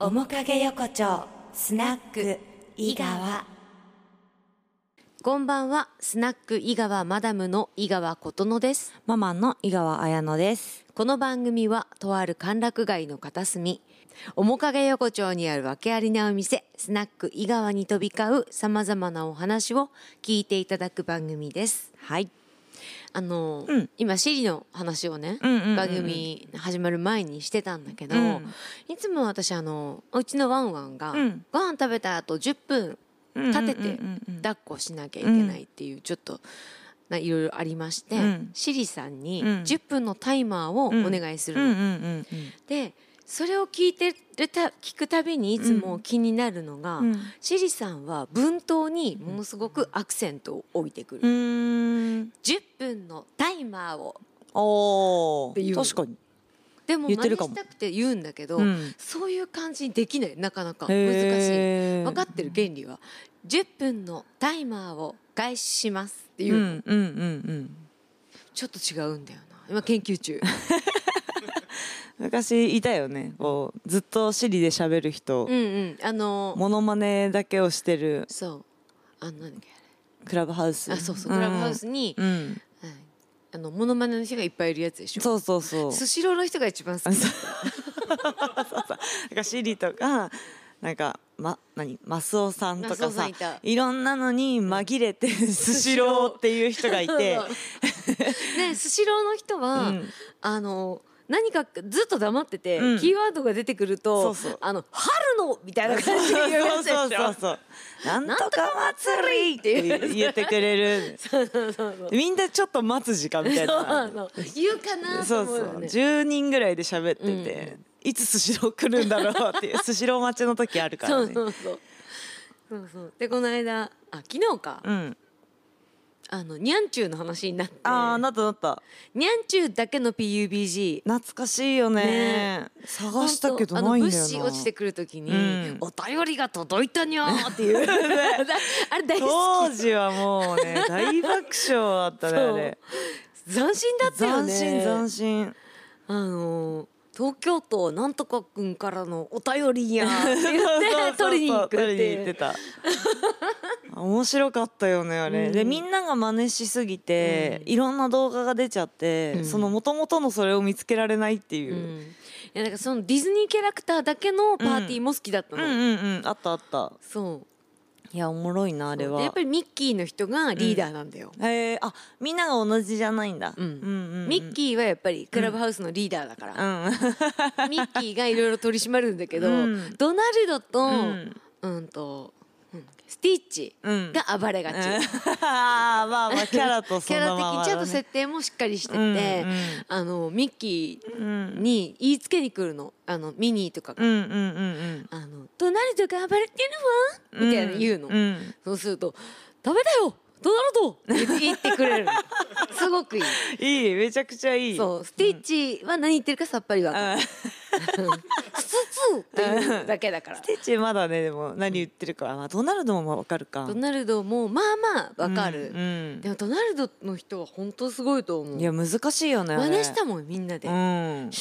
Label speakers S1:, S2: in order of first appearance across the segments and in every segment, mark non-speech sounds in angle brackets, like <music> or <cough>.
S1: 面影横丁スナック井川
S2: こんばんは、スナック井川マダムの井川琴乃です。
S1: ママの井川彩乃です
S2: この番組は、とある歓楽街の片隅、面影横丁にある訳ありなお店、スナック井川に飛び交う様々なお話を聞いていただく番組です。
S1: はい
S2: あの、
S1: うん
S2: 今、シリの話をね、
S1: うんうんうんうん
S2: 番組始まる前にしてたんだけど、
S1: うん
S2: いつも私、あの、うちのワンワンが、
S1: うん
S2: ご飯食べた後10分立てて抱っこしなきゃいけないっていうちょっとないろいろありまして、
S1: うん
S2: シリさんに
S1: うん
S2: 10分のタイマーをお願いするの。
S1: ん
S2: でそれを聞いてるた聞くたびにいつも気になるのが、
S1: うん
S2: シリさんは文頭にものすごくアクセントを置いてくる、
S1: うんうん
S2: 10分のタイマーを
S1: お
S2: っていう
S1: ー確かに
S2: でも
S1: 言って
S2: 真似
S1: るかも
S2: したくて言うんだけど、
S1: うん
S2: そういう感じにできないなかなか難しい
S1: へー
S2: 分かってる原理は10分のタイマーを開始しますっていうう、
S1: んうんうん
S2: ちょっと違うんだよな今研究中
S1: うん昔いたよねこうずっとシリで喋る人
S2: <laughs> うんうんあの
S1: モノマネだけをしてる
S2: そうあのなんだっけ
S1: クラブハウス
S2: あれあそうそうクラブハウス
S1: に
S2: に、
S1: うん
S2: はい、あのモノマネの人がいっぱいいるやつでしょ
S1: そうそうそう
S2: スシローの人が一番好きだった
S1: なんかシリとかなんかま何マスオさんと
S2: マスオ
S1: か
S2: さ
S1: さ
S2: んいた
S1: ろんなのに紛れ
S2: <laughs>
S1: てスシローっていう人がいて
S2: そうそうねスシローの人は、
S1: うん
S2: あの何かずっと黙ってて、
S1: うん
S2: キーワードが出てくると
S1: そうそう
S2: あの春のみたいな感じで言う
S1: そ
S2: や
S1: う
S2: つでしょ
S1: そうそうそうなんとか祭りって言う言ってくれるみんなちょっと待つ時間みたい
S2: あ
S1: な
S2: の言うかなと
S1: そう
S2: 思
S1: そ
S2: うよ
S1: う
S2: ね
S1: 10人ぐらいで喋ってていつスシロー来るんだろう
S2: <laughs>
S1: っていうスシロー待ちの時あるか
S2: そ
S1: ら
S2: う
S1: ね
S2: そうそうそうそうでこの間あ昨日か、
S1: うん
S2: あのニャンチューの話になって
S1: ああなったなった
S2: ニャンチューだけの PUBG
S1: 懐かしいよね
S2: ね
S1: 探したけど
S2: ほと
S1: ないんだ
S2: あの
S1: よ
S2: 物資
S1: な
S2: 落ちてくるときに、
S1: うん
S2: お便りが届いたにゃーっていう <laughs> あれ大好
S1: 当
S2: き
S1: 時はもうね
S2: <laughs>
S1: 大爆笑だったねあれ
S2: 斬新だったよ
S1: 斬
S2: ね
S1: 新斬新
S2: あのー東京都なんとかくんからのお便りやーって
S1: <laughs>
S2: 言って <laughs> 取りに行くっ
S1: 取りに
S2: て
S1: 行っ
S2: いう
S1: てた
S2: <laughs>
S1: 面白かったよねあれ、
S2: うん
S1: でみんなが真似しすぎて、いろんな動画が出ちゃって、
S2: うん
S1: その元々のそれを見つけられないっていうう、
S2: ん、いやなんかそのディズニーキャラクターだけのパーティーも好きだった
S1: うん、う
S2: の、
S1: んうんあったあった
S2: そう
S1: いやおもろいなあれは
S2: でやっぱりミッキーの人がリーダーなんだよ、
S1: えー、あみんなが同じじゃないんだ、
S2: うん
S1: うんうん
S2: ミッキーはやっぱりクラブハウスのリーダーだから、
S1: ー
S2: ミッキーがいろいろ取り締まるんだけど、
S1: うん
S2: ドナルドと、
S1: う
S2: うんん、とうんスティッチ
S1: うん
S2: が暴れがち、
S1: <laughs> ああまあまあキャラとそ
S2: キ
S1: の
S2: ャラ
S1: まま
S2: 的にちゃんと
S1: だね
S2: 設定もしっかりしてて、
S1: うんうん
S2: あのミッキ
S1: うん
S2: ーに言いつけに来るのあのミニーとかが、
S1: うんうんうん
S2: あの「ドナルドが暴れてる
S1: うん
S2: わ」みたいな言うの、
S1: ん
S2: そうすると「ダメだよドナルド!」って言ってく
S1: <laughs>
S2: れるのすごくいい。
S1: いいめちゃくちゃいい
S2: そうスティッチは何言ってるかさっぱりわかんない。つつっていうだけだから
S1: ス。テッチまだねでも何言ってるか、まあ、ドナルドもわかるか
S2: ドナルドもまあまあわかる、
S1: うんうん
S2: でもドナルドの人は本当すごいと思う
S1: いや難しいよね
S2: 真似した
S1: も
S2: もんみんなで、
S1: ん、
S2: ヒ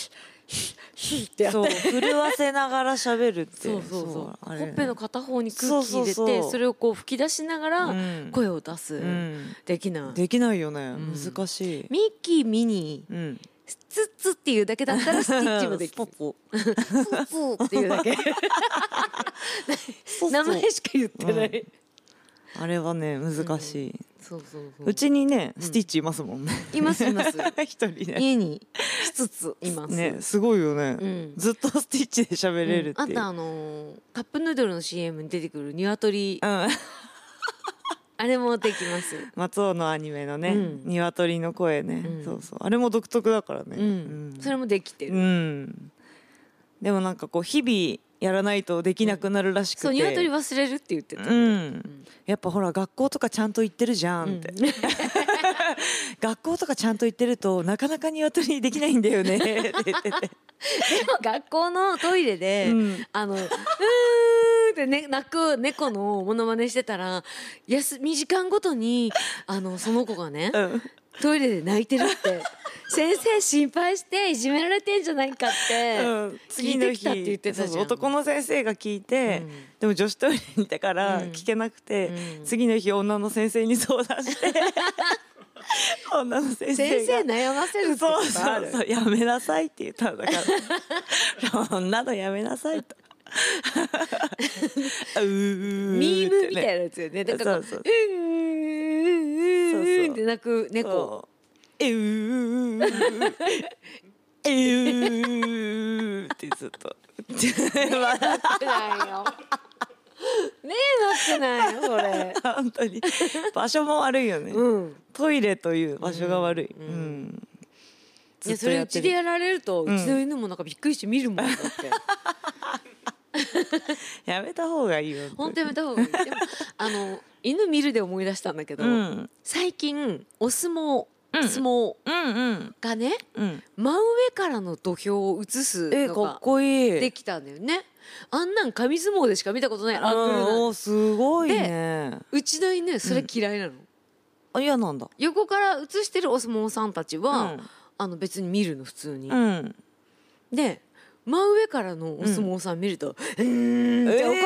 S2: ッってやっ
S1: そ
S2: て
S1: う震わせながら喋るって
S2: そうそうそう
S1: あ
S2: ほ
S1: れね
S2: っぺの片方に空気
S1: そう
S2: 入れて
S1: そ
S2: そう
S1: そう
S2: れをこう吹き出しなが
S1: う
S2: ら
S1: ん
S2: 声を出す、
S1: うん
S2: できない
S1: できないよね、
S2: ん
S1: 難しい
S2: ミッキーミニー
S1: うん
S2: スツッツっていうだけだっ
S1: <laughs>
S2: たらスティッチもでき
S1: ポ
S2: る
S1: ポ
S2: スツッツっていうだけ <laughs> 名前しか言ってない、
S1: あれはね難しい、
S2: そうそう
S1: う
S2: そう
S1: ちにねスティッチいますもんね、
S2: いますいます
S1: <laughs> 一人ね
S2: 家にスツッツいます、
S1: ねすごいよね、
S2: うん
S1: ずっとスティッチで喋れるって
S2: あ
S1: いう、
S2: とあのーカップヌードルの CM に出てくる鶏
S1: うん、 <laughs>
S2: あれもできます
S1: 松尾のアニメのね、
S2: うん
S1: 鶏の声ね、
S2: うん
S1: そうそうあれも独特だからね、
S2: うん、それもできてる、
S1: うんでもなんかこう日々やらないとできなくなるらしくて、
S2: そう鶏忘れるって言ってた、
S1: うん、やっぱほら学校とかちゃんと行ってるじゃんって、学校とかちゃんと行ってるとなかなか鶏できないんだ
S2: <laughs>
S1: よねって言ってて、
S2: でも学校のトイレで、
S1: うん
S2: あの「うーん」って、ね、泣く猫のモノマネしてたら休み時間ごとにあのその子がね
S1: うん
S2: トイレで泣いてるって先生心配していじめられてんじゃないかって
S1: うん
S2: 聞いてきたって言ってた
S1: そう
S2: じ
S1: そう
S2: ゃん
S1: 男の先生が聞いて、
S2: うん
S1: でも女子トイレにいたから
S2: うん
S1: 聞けなくて、
S2: うん
S1: 次の日女の先生に相談して
S2: <laughs>
S1: 女の先
S2: 先
S1: 生が
S2: 生悩ませるってこ
S1: そう
S2: とあ
S1: そう
S2: る
S1: そうやめなさいって言ったんだからそんなのやめなさい
S2: <laughs>
S1: とうー
S2: ミームみたいな
S1: な
S2: やつよねだからこう
S1: そうそう
S2: うんうんうんうんうんって泣く猫
S1: そうえうー
S2: <laughs>
S1: えうーってずっと
S2: なくないよねえなくないよこれ
S1: <laughs> 本当に場所も悪いよね、
S2: うん
S1: トイレという場所が悪い、うん
S2: い
S1: ず
S2: や
S1: っ
S2: そ
S1: と
S2: れ
S1: や
S2: う
S1: っ
S2: ち
S1: て
S2: で
S1: る
S2: やられるとうちの犬もなんかびっくりして見るもんだって
S1: やめた方がいいよ
S2: 本当やめた方がいいでもあの犬見るで思い出したんだけど
S1: うん
S2: 最近お相撲
S1: うん
S2: 相撲
S1: うんうん
S2: がね
S1: うん
S2: 真上からの土俵を映す
S1: え
S2: の
S1: かっ
S2: が
S1: こいい
S2: できたんだよねあんなん紙相撲でしか見たことないアン
S1: う
S2: グルな
S1: ん
S2: の
S1: おすごいね
S2: うちの犬それ嫌いなの
S1: あ嫌なんだ
S2: 横から映してるお相撲さんたち
S1: う
S2: は
S1: ん
S2: あの別に見るの普通に
S1: うん
S2: で真上からのお相撲さん見ると「うーん」って怒る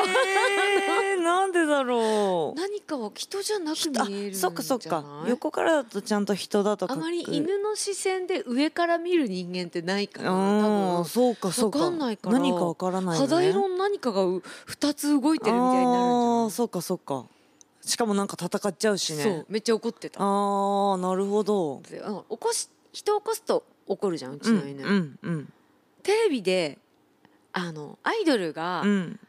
S1: え
S2: <laughs>
S1: ー、なんでだろう
S2: 何かは人じゃなく
S1: あ
S2: 見えるんじ
S1: そっかそっ
S2: ゃ
S1: か
S2: ない
S1: 横からだとちゃんと人だとか
S2: あ
S1: っこ
S2: まり犬の視線で上から見る人間ってないから
S1: う
S2: 多
S1: んそうかそうか
S2: わかんないから
S1: 何かわから
S2: 分
S1: ないよね
S2: 肌色の何かがう二つ動いてるみたいになるんじゃ
S1: あ
S2: な
S1: ー
S2: い
S1: そうかそうかしかもなんか戦っちゃうしね
S2: そうめっちゃ怒ってた
S1: ああなるほど
S2: であの起こし人を起こすと怒るじゃんうちの犬、
S1: うんうん
S2: テレビであのアイドルが
S1: うん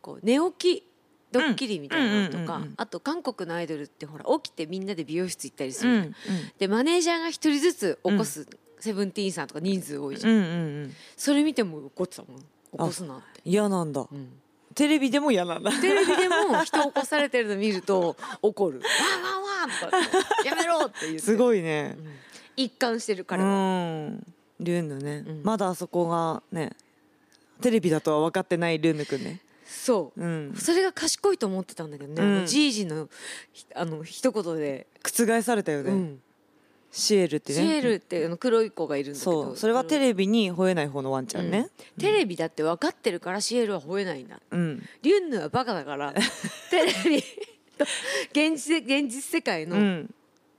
S2: こう寝起きドッキリみたいなのとか、
S1: うんうんうんうん
S2: あと韓国のアイドルってほら起きてみんなで美容室行ったりす
S1: う
S2: る、
S1: んうん
S2: でマネージャーが一人ずつ起こす、セブンティーンさんとか人数多いじゃん、
S1: うんうん
S2: それ見ても怒ってたもん起こすなって、
S1: 嫌なんだ
S2: うん
S1: テレビでも嫌なんだ
S2: テレビでも人起こされてるの見
S1: <laughs>
S2: ると怒る「わーわーわー」とか「やめろ」って言って
S1: すごいね
S2: うん一貫してる
S1: う
S2: 彼は、
S1: んルーヌね
S2: うん
S1: まだあそこがねテレビだとは分かってないルーヌくんね
S2: そう、
S1: うん
S2: それが賢いと思ってたんだけどね、
S1: うん
S2: あのじいじのひあの一言で、
S1: 覆されたよ
S2: う
S1: ね
S2: ん
S1: シエルってね
S2: シエルってあの黒い子がいるんだけど
S1: そうそれはテ
S2: ビ
S1: レビに吠えない方のワンちゃんね
S2: テレビだって分かってるからシエルは吠えないんだ
S1: うん
S2: リュンヌはバカだから
S1: <laughs>
S2: テレビと現実現実世界
S1: う
S2: の,、
S1: ん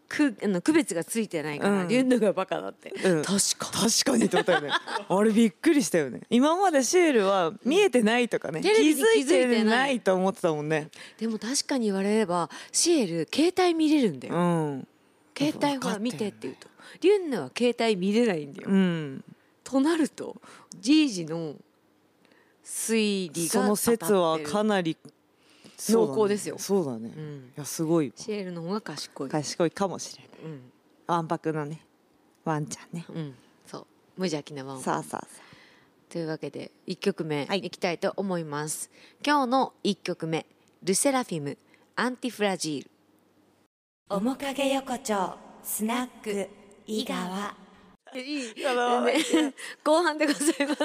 S2: くあの区別がついてないから、
S1: うん
S2: リュンヌがバカだって、
S1: うん
S2: 確か
S1: 確かにってことだよ
S2: <laughs>
S1: ねあれびっくりしたよね今までシエルは見えてないとかね気
S2: テレビに
S1: づい
S2: 気づいて
S1: て
S2: な
S1: ないいと思ってたもんね
S2: でも確かに言われればシエル携帯見れるんだよ、
S1: うん
S2: 携帯ほ
S1: わからってる
S2: 見てって言うとリュンヌは携帯見れないんだよ、
S1: うん
S2: となるとじいじの推理が
S1: その説は
S2: 当たってる
S1: かなり
S2: 濃厚ですよ
S1: そうだね、
S2: う
S1: い
S2: ん、
S1: やすごい
S2: シエルの方が賢い、
S1: 賢いかもしれない
S2: うん
S1: わんぱくなねワンちゃんね
S2: うん、そう無邪気なワン
S1: さあさあさ
S2: というわけで1曲目
S1: はい
S2: いきたいと思います、今日の1曲目「ルセラフィムアンティフラジール
S3: 面影横丁スナック井川」
S2: いい
S1: やばい
S2: ね後半でござ
S1: <laughs>
S2: います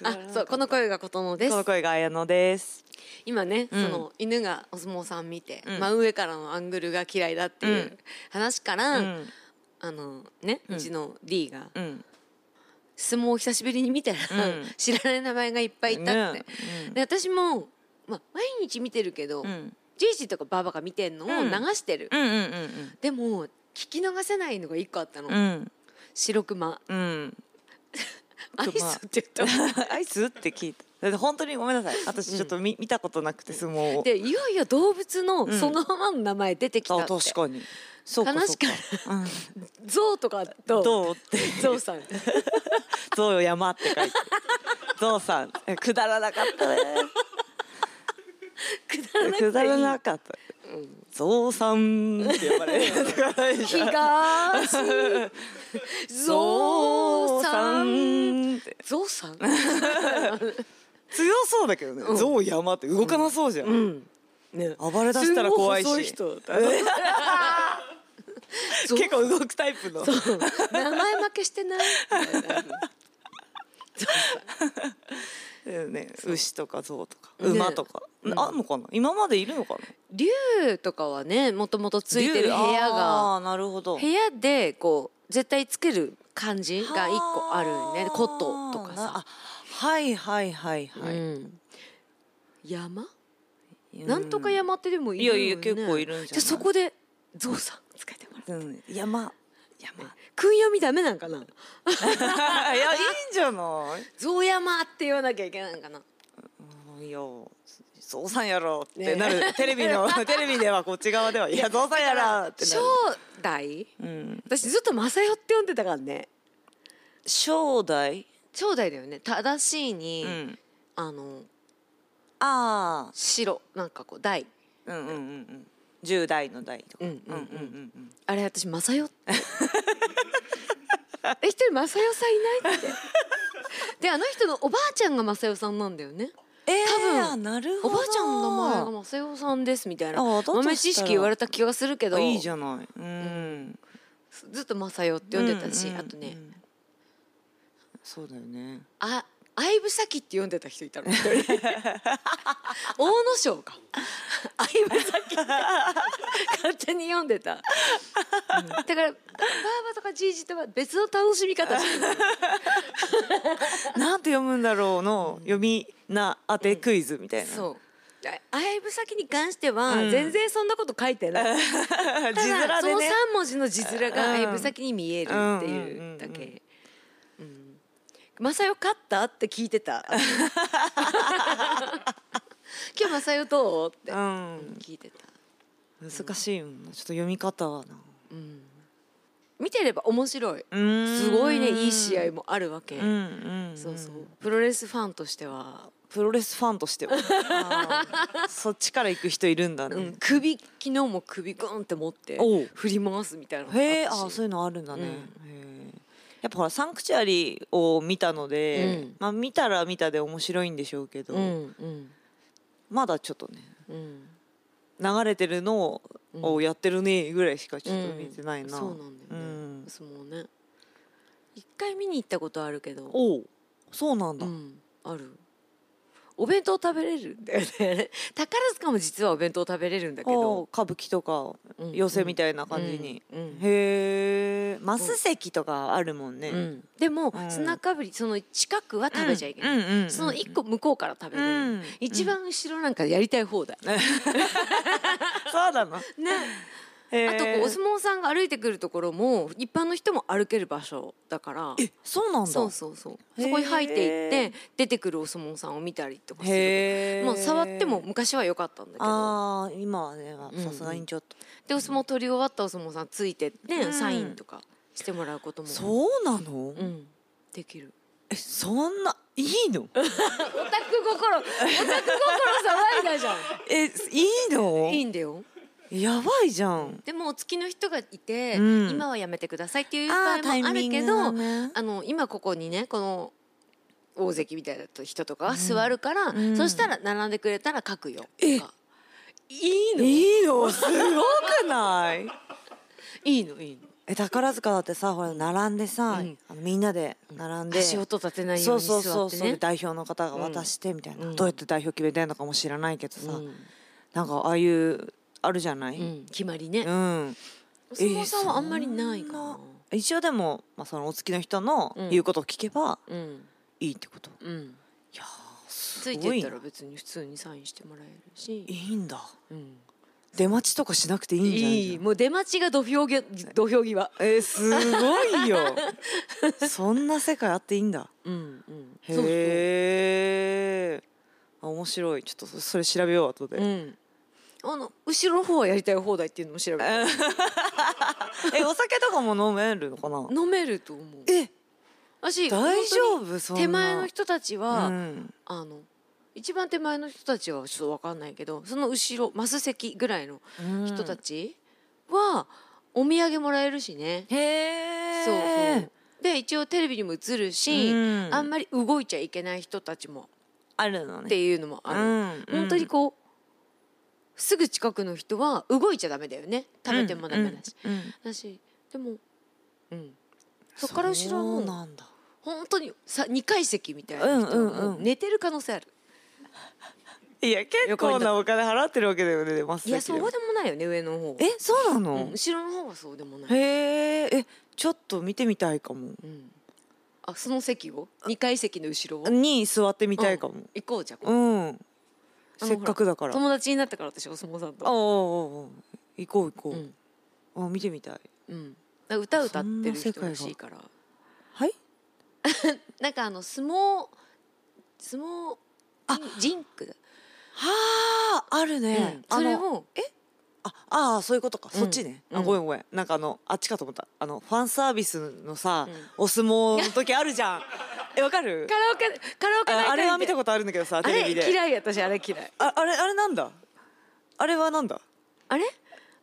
S2: 今あそうこの声が琴乃
S1: あ
S2: です
S1: この声が綾乃です
S2: 今ね、
S1: うん
S2: その犬がお相撲さん見て、
S1: うん
S2: 真上からのアングルが嫌いだっていうう話から、
S1: うん
S2: あのね、う
S1: うん
S2: ちの D が
S1: うん
S2: 相撲を久しぶりに見たら、
S1: うん
S2: 知らない名前がいっぱいいたって、
S1: ねうん
S2: で私も、まあ、毎日見てるけど、
S1: うん
S2: じいじとかばあばが見てんのを
S1: うん
S2: 流してる、
S1: うんうん
S2: でも聞き逃せないのが一個あったの、
S1: うんうん
S2: 白熊
S1: うん
S2: アイスって言った
S1: <laughs> アイスって聞いただって本当にごめんなさい私ちょっと見,、見たことなくて相撲を
S2: でいよいよ動物の
S1: ん
S2: そのままの名前出てきたって、
S1: あ確かにそうかそうか
S2: 悲し
S1: うん
S2: ゾウとかどう
S1: どうって
S2: ゾ
S1: <laughs>
S2: ウさん
S1: ゾウ山って書いてゾウさんえくだらなかったね
S2: <laughs> くだらなくてい
S1: く
S2: い
S1: だらなかったゾウさんって呼ばれる <laughs>
S2: 東ゾ
S1: ゾ
S2: ウ
S1: ウ
S2: さ
S1: さ
S2: ん
S1: んって
S2: ゾウさん
S1: 強そうだけどね、
S2: ん
S1: ゾウ山って動かなそうじゃん、
S2: んね
S1: 暴れ出したら怖いし
S2: すご細い人だったゾウ
S1: 結構動くタイプの
S2: 名前負
S1: <laughs>
S2: けしてないみたいな
S1: ね、牛とかゾウとか
S2: ね
S1: 馬とか、あんのかな今までいるのかな
S2: 竜とかはねもともとついてる部屋
S1: あ
S2: が
S1: ーなるほど
S2: 部屋でこう絶対つける感じが一個あるよね
S1: はー
S2: コットとか
S1: な
S2: さ
S1: あ、はいはいはいはい、
S2: うん山、
S1: う
S2: なんとか山ってでもい
S1: い
S2: るよ、
S1: や
S2: ね、
S1: いや結構いるんじ
S2: じ
S1: ゃ
S2: ゃ
S1: な
S2: あ
S1: い
S2: そこでゾウさんつけてもらう
S1: うん山山
S2: <laughs> 訓読みダメなんかない
S1: <laughs> やいいんじゃない
S2: 象山って言わなきゃいけないのかな
S1: うんいやゾウさんやろっ
S2: ね
S1: てなる、テレビ
S2: <laughs>
S1: のテレビではこっち側ではいやゾウさんやろってな
S2: 正
S1: る
S2: 代
S1: うん
S2: 私ずっと正代って呼んでたからね
S1: 正代、
S2: 正代だよね正しいに、
S1: うん、
S2: あの
S1: ああ
S2: 白なんかこう代
S1: うんうんうんうん10代の代とか
S2: うん
S1: う
S2: うんん
S1: う
S2: うん
S1: う
S2: ん
S1: んうん
S2: あれ私正 <laughs> 代ってえ一人正代さんいないってであの人のおばあちゃんが正代さんなんだよね
S1: えー、
S2: 多分
S1: なるほ
S2: お
S1: ど
S2: ばあちゃんの名前が正代さんですみたいな
S1: あだとしたら
S2: 豆知識言われた気がするけど
S1: あいいじゃないうん
S2: ずっと正代って呼んでたし、
S1: うんうん
S2: あとね
S1: うんそうだよね
S2: あ相武咲って呼んでた人いたの一人
S1: <laughs>
S2: 大野省か相武咲って勝手に読んでた、うんだからバーバとかジージとは別の楽しみ方してる
S1: なんて読むんだろうの読みな当てクイズみたいな、
S2: そうあ相武咲に関しては
S1: うん
S2: 全然そんなこと書いてない、
S1: <laughs> 字
S2: ただ、
S1: 面
S2: その
S1: で
S2: 3
S1: ね
S2: 文字の字面が相武咲に見えるっていうだ
S1: うんうんうん
S2: け、うん、マサヨ勝ったって聞い
S1: <laughs>
S2: てた今日マサヨどうって
S1: うん
S2: 聞いてた、
S1: 難しいもんなちょっと読み方はな
S2: うん、見てれば面白いう
S1: ーん
S2: すごいねいい試合もあるわけ、
S1: うんうん、うん、
S2: そうそうプロレスファンとしては、
S1: プロレスファンとして
S2: <laughs>
S1: はあーそっちから行く人いるんだね、
S2: うん、首昨日も首グンって持って
S1: おう
S2: 振り回すみたいなのが
S1: へえ
S2: ったし
S1: あそういうのあるんだね、
S2: うん
S1: へえやっぱほらサンクチュアリを見たので、
S2: うん
S1: まあ見たら見たで面白いんでしょうけど、
S2: うんうん
S1: まだちょっとね
S2: うん
S1: 流れてるのを
S2: うん
S1: やってるねぐらいしかちょっと見てないな、
S2: そうなんだよね、
S1: うん
S2: 相撲ね一回見に行ったことあるけど
S1: おうそうなんだ、
S2: うんあるお弁当食べれるんだよね <laughs> 宝塚も実はお弁当食べれるんだけ
S1: おう
S2: ど、
S1: 歌舞伎とか
S2: うん
S1: 寄せみたいな感じに、
S2: うんうん
S1: へえマス席とかあるもんね、
S2: うんでも、
S1: うん
S2: 砂かぶりその近くは食べちゃいけない、
S1: うんうんうんうん
S2: その一個向こうから食べれる、
S1: うん
S2: 一番後ろなんかやりたい放題、
S1: そうだなね
S2: あとこうお相撲さんが歩いてくるところも一般の人も歩ける場所だから
S1: えそうなんだ
S2: そうそうそう
S1: へー
S2: そこに入っていって出てくるお相撲さんを見たりとかする
S1: へえ
S2: まあ触っても昔は良かったんだけど
S1: ああ今はねさすがにちょっと、
S2: でお相撲取り終わったお相撲さんついてって、
S1: うん
S2: サインとかしてもらうことも
S1: そうなの、
S2: うん、できる
S1: えそんないいの
S2: オタク心オタク心騒いだじゃ
S1: えいいの
S2: んいいんだよ
S1: やばいじゃん
S2: でもお付きの人がいて、
S1: うん
S2: 今はやめてくださいっていう場
S1: あータ
S2: 合
S1: イ
S2: もあ
S1: ミ
S2: る
S1: ン
S2: け
S1: グ
S2: ど
S1: だ
S2: あ、
S1: ね
S2: の今ここにねこの大関みたいな人とかが座るから、
S1: うん
S2: そしたら並んでくれたら書くよと
S1: え
S2: かいいのいい
S1: いいのすごくない
S2: のいいの
S1: え宝塚だってさほら並んでさ、
S2: うん
S1: あのみんなで並んで、
S2: 足音立てないよ
S1: そうう
S2: に座
S1: そ
S2: っ
S1: う
S2: てね
S1: そうそう、代表の方が渡してみたいな、
S2: うん
S1: どうやって代表決めてんのかも知らないけどさ、
S2: うん
S1: なんかああいうあるじゃない、う
S2: うんん決まりね、お
S1: え
S2: 相撲さんはあんまりないかな
S1: そん一応でも、まあ、そのお付きの人の
S2: うん
S1: 言うことを聞けば
S2: うん
S1: いいってこと、
S2: うん
S1: いやー
S2: つ
S1: す
S2: い
S1: ご
S2: て
S1: い
S2: った
S1: な
S2: ら別に普通にサインしてもらえる
S1: い
S2: し、
S1: いんだ
S2: うん、
S1: 出待ちとかしなくていいんじゃない
S2: いいもう出待ちが土俵際土俵際
S1: えーすごい
S2: <laughs>
S1: よそんな世界あっていいんだ
S2: うんうんそうそう
S1: へえ面白いちょっとそそれ調べよう後で、 <laughs>
S2: うん、あの後ろの方はやりたい放題っていうのも調べた
S1: えお酒とかも飲めるのかな
S2: 飲めると思う
S1: え
S2: 私
S1: 大丈
S2: 本
S1: 夫そ
S2: 当
S1: ん
S2: に
S1: な
S2: 手前の人たちは、
S1: うん
S2: あの一番手前の人たちはちょっと分かんないけどその後ろマス席ぐらいの人たちは、お土産もらえるしね
S1: へ
S2: そうそ
S1: え
S2: うで一応テレビにも映るし、
S1: うん
S2: あんまり動いちゃいけない人たちも
S1: あるのね
S2: っていうのもある、
S1: うん
S2: 本当にこうすぐ近くの人は動いちゃダメだよね食べてもダメだし、、
S1: うんうんうん
S2: だしでもうんそっから後ろはも
S1: そう
S2: う
S1: なんだ
S2: 本当にさ2階席みたいな人は
S1: うんうんうん
S2: もう寝てる可能性ある
S1: いや結構なお金払ってるわけだよねでも
S2: いやそうでもないよね上の方
S1: えそうな
S2: う
S1: の
S2: ん、後ろの方はそうでもない、
S1: へええちょっと見てみたいかも
S2: うん、あその席を二階席の後ろを
S1: に座ってみたいかも
S2: 行こうじゃん
S1: うん、
S2: あの
S1: せっかくだからあ
S2: 友達になったから私お相撲さん
S1: あああ
S2: と
S1: 行こう行こ
S2: う
S1: う、
S2: ん、
S1: あ見てみたい
S2: うん、だから歌歌ってる
S1: そんな世
S2: 人
S1: 界が
S2: らしいから
S1: はい
S2: なんかあの相撲相撲
S1: あ
S2: ジンクだ、
S1: はああるね、
S2: うんそれ
S1: あの
S2: を
S1: ああーそういうことか、
S2: うん
S1: そっちね
S2: う
S1: あ
S2: ん
S1: ごめんごめんなんかあのあっちかと思ったあのファンサービスのさ、
S2: うん
S1: お相撲の時あるじ <laughs> ゃんえわかる
S2: カラオケカラオケ大
S1: あ
S2: 会
S1: あれは見た
S2: こ
S1: ことあるんだけどさ
S2: とあ
S1: テレビで
S2: れ嫌い私あれ嫌い
S1: ああれあれなんだあれはなんだ
S2: あれ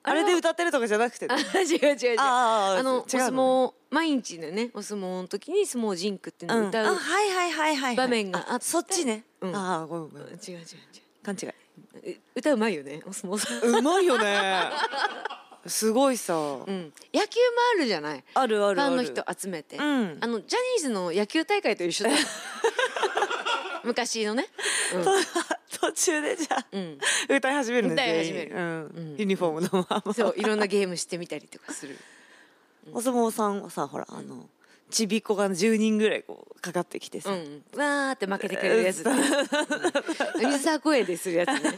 S1: あれで
S2: は
S1: 歌ってるとかじゃなくてね、
S2: あ違う違う違う
S1: あーあー
S2: あのお
S1: 違う
S2: 相
S1: の
S2: 撲毎日のねお相撲の時に相撲ジンクっていうのを
S1: うん、
S2: 歌
S1: あ
S2: う、
S1: はいはいはいはいはい
S2: 場面があって
S1: そっちね、
S2: うん
S1: ああごめんごめん
S2: 違う違う違う
S1: 勘違い
S2: え歌うまいよねお相撲さん、
S1: うまいよ
S2: <laughs>
S1: ねすごいさ、
S2: うん、野球もあるじゃない
S1: あるあ
S2: フ
S1: るあ
S2: ァ
S1: る
S2: ンの人集めて、
S1: うん
S2: あのジャニーズの野球大会と一緒
S1: <laughs>
S2: だ昔のね、
S1: 途中でじゃあ
S2: うんうん、
S1: 歌い始めるね
S2: 歌い
S1: 全員
S2: 始める
S1: う
S2: うん
S1: ん、ユニフォームのまま
S2: そういろんなゲームしてみたりとかする
S1: お相撲さんはさほらあのちびっこが10人ぐらいこうかかってきて
S2: う
S1: さ、
S2: んうん、わーって負けてくれるやつ、
S1: う
S2: 水沢公園でするやつ
S1: <laughs>
S2: ね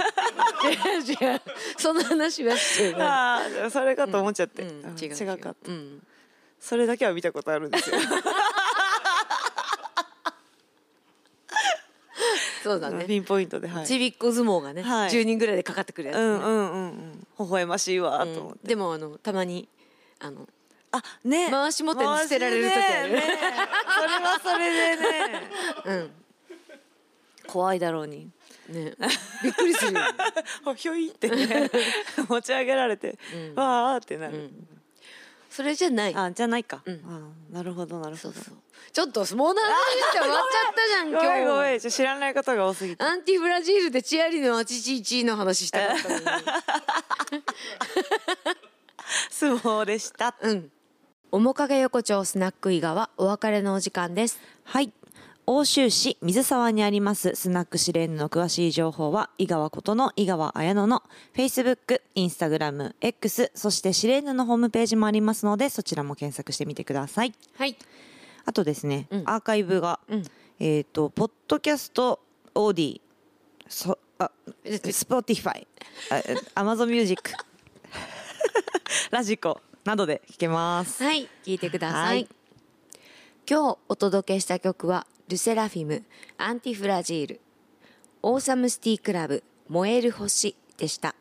S2: 違う違うその話はしてない、
S1: ああそれかと思っちゃって、
S2: うん、
S1: あ
S2: 違う
S1: 違かった
S2: うん、
S1: それだけは見たことあるんですよ
S2: そうだね
S1: ピンポイントではい
S2: ちびっこ相撲がね、
S1: はい
S2: 10人ぐらいでかかってくるやつ
S1: う
S2: ね、
S1: んうんうんうん微笑ましいわと思って、
S2: うんでもあのたまにあの
S1: あね
S2: 回し持って捨てられる時ある
S1: 回しねねそれはそれでね
S2: うん
S1: 怖いだろうに <laughs>
S2: ねびっくりするよね、
S1: ひょいってね持ち上げられて、
S2: うん
S1: わーってな
S2: う
S1: る、
S2: ん、それじゃない
S1: あじゃないか、
S2: うん
S1: あなるほどなる
S2: そ
S1: ほ
S2: う
S1: ど
S2: そうちょっと相撲の話して終わっちゃったじゃん
S1: ごめんご
S2: 今
S1: め
S2: 日
S1: んちょっと知らないことが多す <laughs> ぎて
S2: アンティブラジールでチアリの811の話したかったのに
S1: 相撲でした
S2: うん。面影横丁スナック伊賀はお別れのお時間です。
S1: はい欧州市水沢にありますスナックシレーヌの詳しい情報は井川ことの井川綾乃の Facebook、Instagram、X そしてシレーヌのホームページもありますのでそちらも検索してみてください
S2: はい。
S1: あとですね、
S2: うん
S1: アーカイブが、
S2: うん
S1: えっ、とポッドキャストオーディそあスポティファイアマゾンミュージック <laughs> ラジコなどで聞けます
S2: はい、聞いてください。
S1: はい
S2: 今日お届けした曲はルセラフィム、アンティフラジール、オーサムシティクラブ、燃える星でした。